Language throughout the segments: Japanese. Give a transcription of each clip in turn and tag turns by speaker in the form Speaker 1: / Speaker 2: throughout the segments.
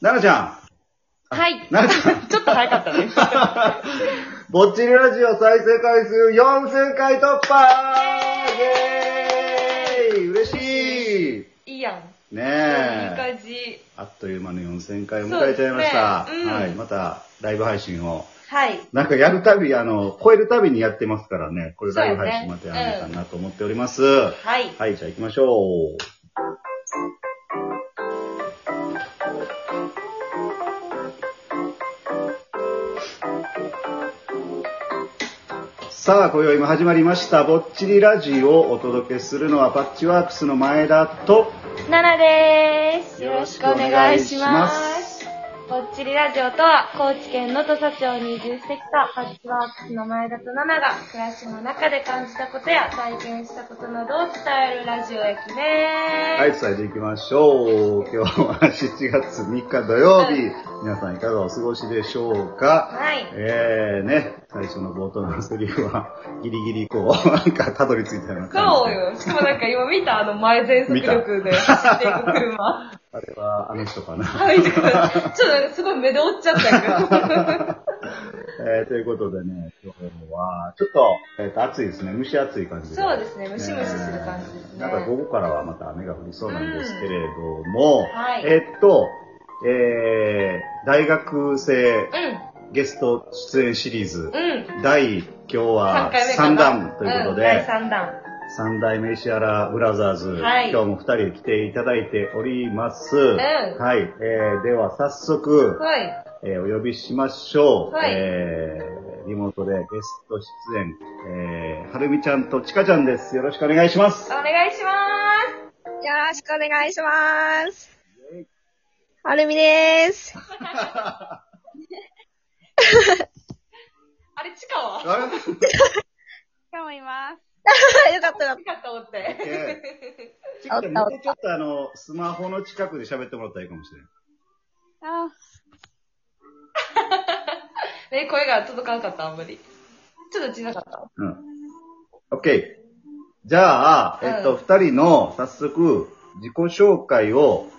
Speaker 1: 奈々ちゃん。
Speaker 2: はい。
Speaker 1: 奈々ちゃん。
Speaker 2: ちょっと早かった ね。
Speaker 1: ぼっちりラジオ再生回数4000回突破イェーイ嬉しい
Speaker 2: いいやん。
Speaker 1: ね
Speaker 2: いい
Speaker 1: え。
Speaker 2: 感じ。
Speaker 1: あっという間に4000回を迎えちゃいました。
Speaker 2: そうですねうん
Speaker 1: はい。またライブ配信を。
Speaker 2: はい。
Speaker 1: なんかやるたび、あの、超えるたびにやってますからね。これライブ配信
Speaker 2: そ
Speaker 1: ま
Speaker 2: う
Speaker 1: た
Speaker 2: で
Speaker 1: や
Speaker 2: すね
Speaker 1: らないかなと思っております。
Speaker 2: はい。
Speaker 1: はい、じゃあ行きましょう。さあ、今宵も始まりました、ぼっちりラジオをお届けするのは、パッチワークスの前田と、
Speaker 2: ナナでーす。よろしくお願いします。ぽっちりラジオとは、高知県の土佐町に移住してきたパッチワークスの前田とナナが暮らしの中で感じたことや体験したことなどを伝えるラジオやきね
Speaker 1: はい、伝えていきましょう。今日は7月3日土曜日、皆さんいかがお過ごしでしょうか
Speaker 2: はい
Speaker 1: えー、ね、最初の冒頭のセリフは、ギリギリこう、なんかたどり着いたような感じ。
Speaker 2: そうよ。しかもなんか今見たあの前全速力で走っていく車。
Speaker 1: あれは、あの人かな。
Speaker 2: はい。ちょっとなんかすごい目で追っちゃったけど。
Speaker 1: えー、ということでね、今日は、ちょっと、えっ、と、暑いですね。蒸し暑い感じで。
Speaker 2: そうですね。ムシムシする感じです
Speaker 1: えー
Speaker 2: ね。
Speaker 1: なんか午後からはまた雨が降りそうなんですけれども、
Speaker 2: はい
Speaker 1: えーっと、えー、大学生ゲスト出演シリーズ、
Speaker 2: うん。うん。
Speaker 1: 第、今日は
Speaker 2: 3回目かな。
Speaker 1: 3弾ということ
Speaker 2: ん第
Speaker 1: で、
Speaker 2: 3弾。
Speaker 1: 三代目石原ブラザーズ、
Speaker 2: はい
Speaker 1: 今日も2人来ていただいております。
Speaker 2: ん
Speaker 1: はい、えー、では早速、
Speaker 2: はい。
Speaker 1: えーお呼びしましょう。
Speaker 2: はい
Speaker 1: えーリモートでゲスト出演、えー、はるみちゃんとちかちゃんです。よろしくお願いします
Speaker 2: お。願いしま
Speaker 3: よろしくお願いします。はるみ です。
Speaker 2: す。あれ、地下は
Speaker 1: あれ
Speaker 3: 今日もいます。よかったよかっ
Speaker 2: 地下と思って。
Speaker 1: ちかちゃんもうちょっとあの、スマホの近くで喋ってもらったらいいかもしれない。
Speaker 3: た。あ
Speaker 2: ね、声が届かなかった、あんまり。ちょっと小さかった。
Speaker 1: うん。OK。じゃあ、えっと、
Speaker 2: うん
Speaker 1: 二人の早速、自己紹介を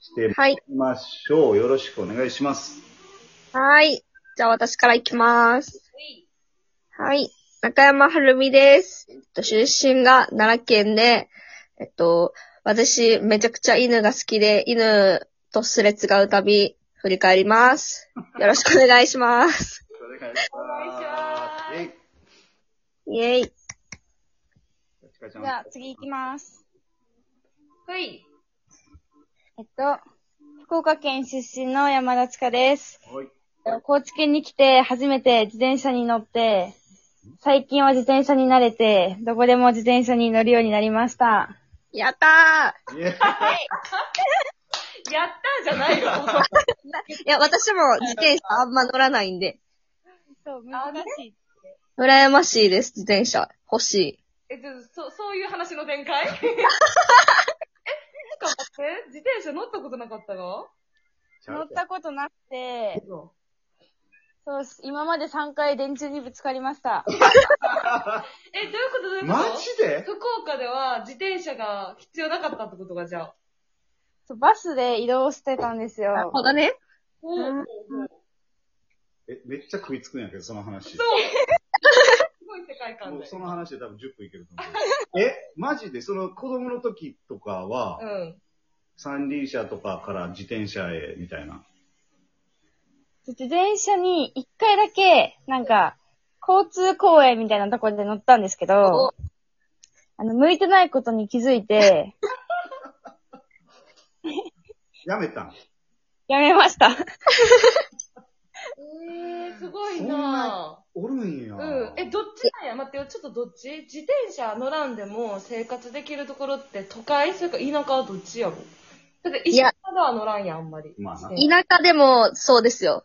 Speaker 1: して
Speaker 3: はい。
Speaker 1: みましょう。よろしくお願いします。
Speaker 3: はーい。じゃあ私から行きます。はい。中山はるみです。えっと、出身が奈良県で、えっと、私、めちゃくちゃ犬が好きで、犬とすれ違うたび、振り返り ます。よろしくお願いします。
Speaker 1: お願いし
Speaker 2: ます
Speaker 1: えい
Speaker 3: イェイ。
Speaker 1: ちかちゃん
Speaker 4: じゃあ、次行きます。
Speaker 2: ふい。
Speaker 4: えっと、福岡県出身の山田千佳です。
Speaker 1: はい
Speaker 4: 高知県に来て初めて自転車に乗って、最近は自転車に慣れて、どこでも自転車に乗るようになりました。
Speaker 3: やった
Speaker 1: イエイ
Speaker 2: やったーじゃないよ。
Speaker 3: ーいや、私も自転車あんま乗らないんで、
Speaker 4: そう、
Speaker 2: 難し
Speaker 4: い。
Speaker 3: 羨ましいです、自転車。欲しい。
Speaker 2: え、ちょっと、そ、そういう話の展開 え、ちょっと待って、自転車乗ったことなかったの
Speaker 4: 乗ったことなくて、そう、今まで3回電柱にぶつかり ました。
Speaker 2: え、どういうことどういうこと
Speaker 1: マジで
Speaker 2: 福岡では自転車が必要なかったってことが、じゃあ。
Speaker 4: そうバスで移動してたんです
Speaker 3: なる
Speaker 4: よ。
Speaker 3: ほどね。
Speaker 2: ほうほうほう
Speaker 1: え、めっちゃ食いつくんやけど、その話。
Speaker 2: そう。すごい世界観
Speaker 1: も
Speaker 2: で。
Speaker 1: うその話で多分10分いけると思う。え、マジでその子供の時とかは、
Speaker 2: うん。
Speaker 1: 三輪車とかから自転車へ、みたいな。
Speaker 4: 自転車に1回だけ、なんか、交通公園みたいなところで乗ったんですけど、あの、向いてないことに気づい て、
Speaker 1: やめたん
Speaker 4: やめました。
Speaker 2: えー、すごいな
Speaker 1: おるんや。
Speaker 2: ぁ。うん。え、どっちなんや待ってよ、ちょっとどっち自転車乗らんでも生活できるところって都会それか田舎はどっちやろだって石
Speaker 3: いや
Speaker 2: 川では乗らんやん、あんまり。
Speaker 1: まあな。
Speaker 3: 田舎でもそうですよ。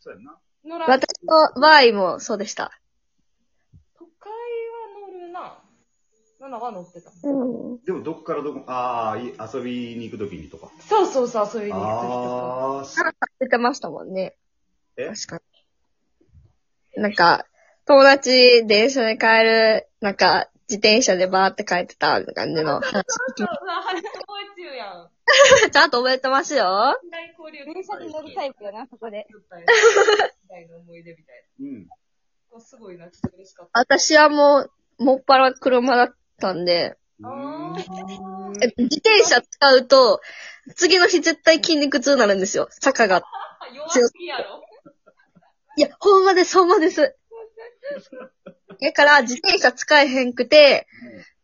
Speaker 1: そうやな。
Speaker 2: 乗らん。
Speaker 3: 私の場合もそうでした。
Speaker 2: 都会は乗るなナナは乗ってた。
Speaker 3: うん。
Speaker 1: でもどっからどこ、ああ、い遊びに行く時にとか。
Speaker 2: そうそうそう、遊びに行くと
Speaker 1: ああ、
Speaker 3: 出てましたもんね。
Speaker 1: え
Speaker 3: 確かに。なんか、友達電車で帰る、なんか、自転車でバーって帰ってた、みたいな感じの。
Speaker 2: そうそう、話覚え中や ん。
Speaker 3: ちゃんと覚えてますよ。
Speaker 2: 大交流
Speaker 4: 電車に乗るタイプだな、そこで。
Speaker 2: み たいな思い出みたい
Speaker 1: うん。
Speaker 2: な。すごいな、ちょっと嬉しかった。
Speaker 3: 私はもう、もっぱら車だったんで、
Speaker 2: あ
Speaker 3: え自転車使うと、次の日絶対筋肉痛になるんですよ。坂が。
Speaker 2: 弱すぎや ろ。
Speaker 3: いや、ほんまです、ほんまです。だから、自転車使えへんくて、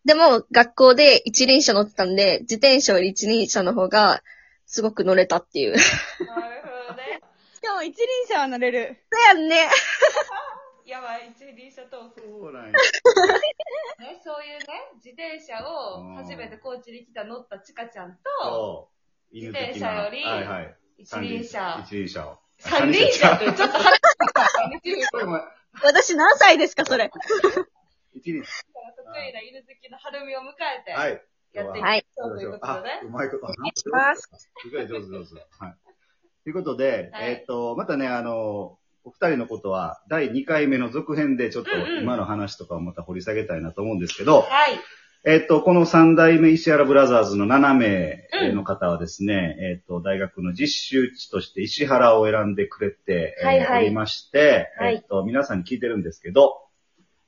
Speaker 3: でも、学校で一輪車乗ってたんで、自転車より一輪車の方が、すごく乗れたっていう。そ
Speaker 2: なるほどね。
Speaker 4: しかも一輪車は乗れる。
Speaker 3: うやんね。
Speaker 2: やばい、一輪車トーク。
Speaker 1: そうなんや。
Speaker 2: ね、そういうね、自転車を初めて高知に来た乗ったちかちゃんと、
Speaker 1: そう。
Speaker 2: 自転車より
Speaker 1: はいはい。
Speaker 2: 一輪車。
Speaker 1: 一輪車を。
Speaker 2: 三輪車ってちょっと話が得意
Speaker 1: これお前、
Speaker 3: 私何歳ですか、それ。
Speaker 1: 一輪
Speaker 2: な犬好きの春美を迎えて、
Speaker 1: はい。
Speaker 2: やっていき
Speaker 1: は
Speaker 2: ま
Speaker 3: は
Speaker 2: し
Speaker 3: い
Speaker 2: ょ
Speaker 1: ど
Speaker 2: う
Speaker 1: う
Speaker 2: と
Speaker 1: で
Speaker 2: い
Speaker 1: し
Speaker 2: う
Speaker 1: ょ
Speaker 2: こ
Speaker 1: う。
Speaker 2: と
Speaker 1: あ
Speaker 2: でね、。
Speaker 1: うまいこと。お願いし
Speaker 3: ます。
Speaker 1: すごい上手上手。はい。ということで、
Speaker 2: はい
Speaker 1: えっと、またね、あの、お二人のことは、第2回目の続編で、ちょっと
Speaker 2: うんうん
Speaker 1: 今の話とかをまた掘り下げたいなと思うんですけど、
Speaker 2: はい。
Speaker 1: えっと、この三代目石原ブラザーズの7名の方はですね、えっと、大学の実習地として石原を選んでくれて、えー
Speaker 2: はいはい
Speaker 1: おりまして、
Speaker 2: は
Speaker 1: え
Speaker 2: い
Speaker 1: っと、皆さんに聞いてるんですけど、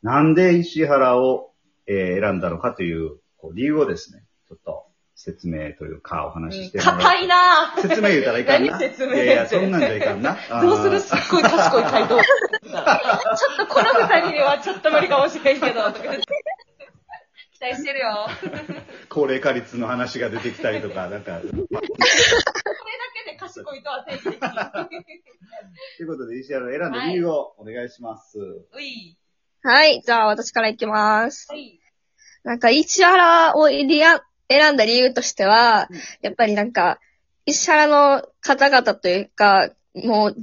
Speaker 1: なんで石原を、えー選んだのかというこう理由をですね、ちょっと説明というかお話ししてもら
Speaker 2: 硬いなぁ。
Speaker 1: 説明言うたらいかんな。
Speaker 2: 何説明
Speaker 1: いやいや、そんなんじゃいかん な。
Speaker 2: どうする
Speaker 1: あ
Speaker 2: すっごい賢い回答。ちょっとこの二人にはちょっと無理かもしれんけど、とか言って期待してるよ。これだ
Speaker 1: ー高齢化率の話が出てきたりとか、なんか、
Speaker 2: けで賢いとは定義できない。
Speaker 1: ということで石原を選んだ理由をお願いします。
Speaker 2: うい。
Speaker 3: はい、じゃあ私から行きます。
Speaker 2: はい。
Speaker 3: なんか、石原をリア選んだ理由としては、やっぱりなんか、石原の方々というか、もう、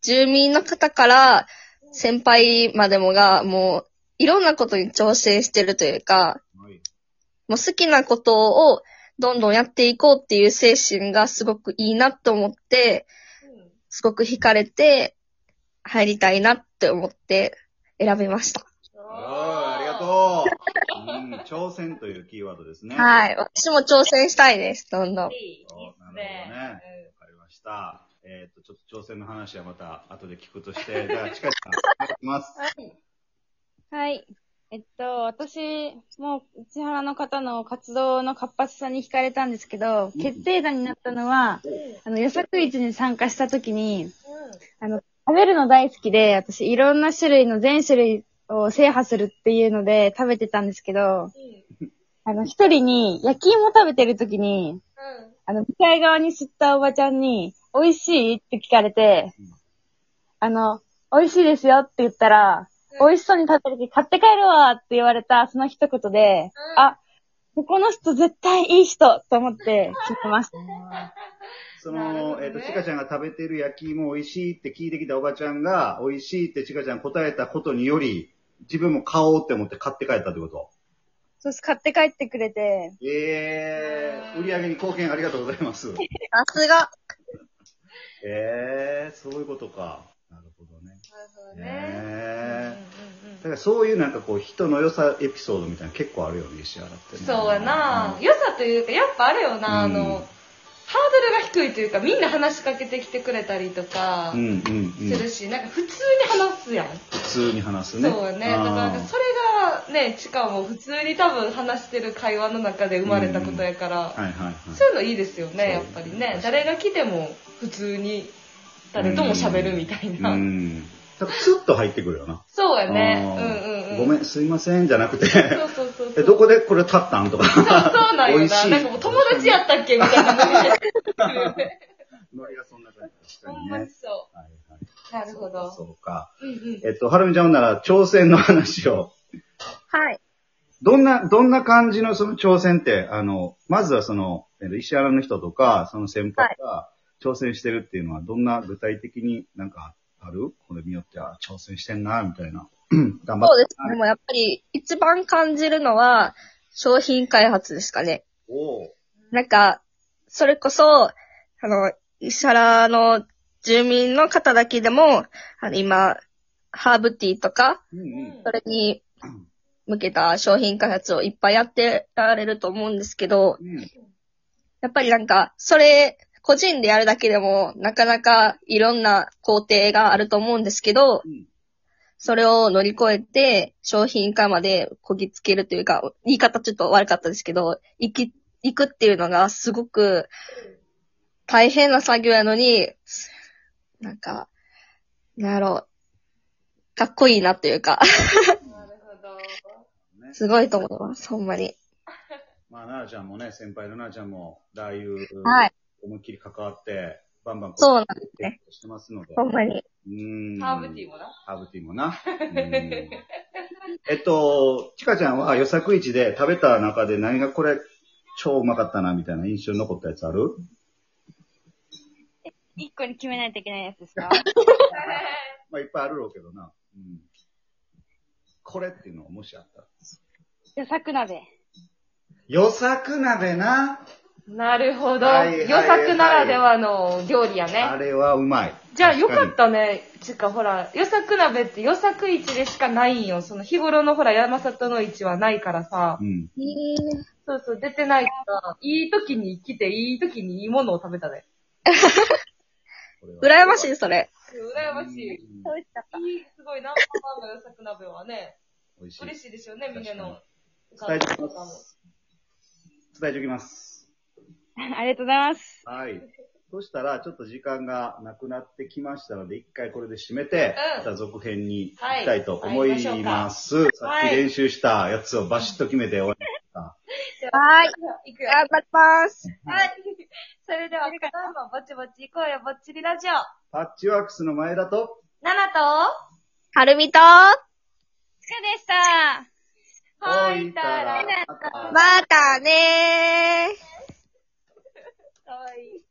Speaker 3: 住民の方から先輩までもが、もう、いろんなことに挑戦してるというか、
Speaker 1: はい
Speaker 3: もう好きなことをどんどんやっていこうっていう精神がすごくいいなと思って、すごく惹かれて、入りたいなって思って選びました。
Speaker 1: おー、ありがとう。うん、挑戦というキーワードですね。わ
Speaker 3: はい。私も挑戦したいです、どんどん。
Speaker 2: いいっすね。
Speaker 1: なるほかりました。えっ、と、ちょっと挑戦の話はまた後で聞くとして、じゃあ、近々お願いし ます。
Speaker 4: はい。えっと、私、もう、内原の方の活動の活発さに惹かれたんですけど、決定打になったのは、あの、予測市に参加した時に、あの、食べるの大好きで、私、いろんな種類の全種類を制覇するっていうので食べてたんですけど、あの、一人に、焼き芋食べてる時に、あの、向かい側に知ったおばちゃんに、美味しいって聞かれて
Speaker 1: うん、
Speaker 4: あの、美味しいですよって言ったら、
Speaker 2: うん
Speaker 4: 美味しそうに食べてて買って帰るわって言われたその一言で、
Speaker 2: うん
Speaker 4: あ、ここの人絶対いい人と思って決めました。
Speaker 1: そ
Speaker 2: なるほど
Speaker 1: の、
Speaker 2: ね
Speaker 1: えっ、と、ちかちゃんが食べてる焼き芋美味しいって聞いてきたおばちゃんが、美味しいってちかちゃん答えたことにより、自分も買おうって思って買って帰ったってこと
Speaker 4: そうです、買って帰ってくれて、
Speaker 1: ええー、売り上げに貢献ありがとうございます。
Speaker 3: さすが。
Speaker 1: ええー、そういうことか。なるほどね。
Speaker 2: ね。
Speaker 1: ええだからそういうなんかこう人の良さエピソードみたいなの結構あるよね、石原って、ね。
Speaker 2: そうやな良さというか、やっぱあれよな、あの、
Speaker 1: うん
Speaker 2: ハードルが低いというか、みんな話しかけてきてくれたりとか
Speaker 1: うんうんうん。
Speaker 2: するし、なんか普通に話すやん。
Speaker 1: 普通に話す
Speaker 2: そ
Speaker 1: ね。
Speaker 2: うやね。だからなんかそれがね、しかも普通に多分話してる会話の中で生まれたことやから、
Speaker 1: あーはいはいはい。
Speaker 2: そういうのいいですよね、やっ
Speaker 1: そう
Speaker 2: ぱり
Speaker 1: 確か
Speaker 2: ね
Speaker 1: に。
Speaker 2: 誰が来ても普通に誰とも喋るみたいな。
Speaker 1: うん。多分スッと入ってくるよな。
Speaker 2: そうやね。
Speaker 1: あー
Speaker 2: うんうんうん。
Speaker 1: ごめん、すいません、じゃなくて。
Speaker 2: そうそうそうそ
Speaker 1: え、
Speaker 2: う。
Speaker 1: どこでこれ立ったん とか。
Speaker 2: そうなん
Speaker 1: 美
Speaker 2: よ
Speaker 1: 味し
Speaker 2: な。
Speaker 1: い
Speaker 2: なんかもう友達やったっけみたいなノリで。
Speaker 1: ノリがそんな感じ。確
Speaker 2: ほ
Speaker 1: か
Speaker 2: ん
Speaker 1: に
Speaker 2: ま
Speaker 1: ね
Speaker 2: に。そ。
Speaker 1: はいはいう
Speaker 2: なるほど。
Speaker 1: そうか。
Speaker 2: うんうん。
Speaker 1: えっと、はるみちゃんほんなら挑戦の話を。
Speaker 3: はい。
Speaker 1: どんな、どんな感じのその挑戦って、あの、まずはその、えっと石原の人とか、その先輩が挑戦してるっていうのは、どんな具体的になんかあるこれによって、あ、挑戦してんな、みたいな。頑張っ
Speaker 3: そう
Speaker 1: て。
Speaker 3: ですね。でもやっぱり一番感じるのは商品開発ですかね。
Speaker 1: おう
Speaker 3: なんか、それこそ、あの、石原の住民の方だけでも、あの今、ハーブティーとか、
Speaker 1: うんうん。
Speaker 3: それに、向けた商品開発をいっぱいやってられると思うんですけど、
Speaker 1: うん。
Speaker 3: やっぱりなんか、それ、個人でやるだけでも、なかなかいろんな工程があると思うんですけど、
Speaker 1: うん
Speaker 3: それを乗り越えて、商品化までこぎつけるというか、言い方ちょっと悪かったですけど、行き、行くっていうのがすごく大変な作業やのに、なんか、なんやろう、かっこいいなというか、
Speaker 2: なるほど。
Speaker 1: ね
Speaker 3: すごいと思います、ほんまに。
Speaker 1: まあ、奈々ちゃんもね、先輩の奈々ちゃんも、大友、
Speaker 3: はい。
Speaker 1: 思いっきり関わって、バンバン
Speaker 3: そうなん
Speaker 1: う
Speaker 3: ですね。
Speaker 1: してますので。
Speaker 3: ほんまに。
Speaker 1: うん。
Speaker 2: ハーブティーもな。
Speaker 1: ハーブティーもな。うんえっと、ちかちゃんは予作市で食べた中で何がこれ超うまかったなみたいな印象に残ったやつある
Speaker 4: 一個に決めないといけないやつですか
Speaker 1: まあいっぱいあるろうけどな。うん。これっていうのがもしあったら。
Speaker 4: 予作鍋。
Speaker 1: 予作鍋な。
Speaker 2: なるほど。
Speaker 1: はいはいはい
Speaker 2: 予作ならではの料理や
Speaker 1: あ
Speaker 2: ね。
Speaker 1: れはうまい。。
Speaker 2: じゃあよかったたね。ちか、ほら、予作鍋って予作市でしかないんよ。その日頃のほら、山里の市はないからさ。
Speaker 1: うん。
Speaker 2: そうそう、出てないから、いい時に来て、いい時にいいものを食べたね。
Speaker 1: これは
Speaker 3: 羨ましい、それ。
Speaker 2: 羨ましい。いい、
Speaker 1: うん
Speaker 3: しかっ
Speaker 2: すごい、ナンバーワンの予作鍋はね、
Speaker 1: 美味しい。
Speaker 2: 嬉しいですよね、みんなの。
Speaker 1: 伝えておきます。伝えておきます。
Speaker 4: ありがとうございます。
Speaker 1: はい。そしたら、ちょっと時間がなくなってきましたので、一回これで締めて、
Speaker 2: う
Speaker 1: ま
Speaker 2: ん
Speaker 1: た続編に行きたいと思います。さ
Speaker 2: はい
Speaker 1: っき練習したやつをバシッと決めて終わりま
Speaker 3: た。はーい。
Speaker 2: いくよ。
Speaker 3: 頑張ります。
Speaker 2: はい。それでは、今回もぼちぼち行こうよ、ぼっちりラジオ。
Speaker 1: した。パッチワークスの前だと、
Speaker 2: ナナと、
Speaker 3: はるみと、
Speaker 4: つかでした
Speaker 2: はいたら、
Speaker 1: ま
Speaker 3: またねー。
Speaker 2: かわいい。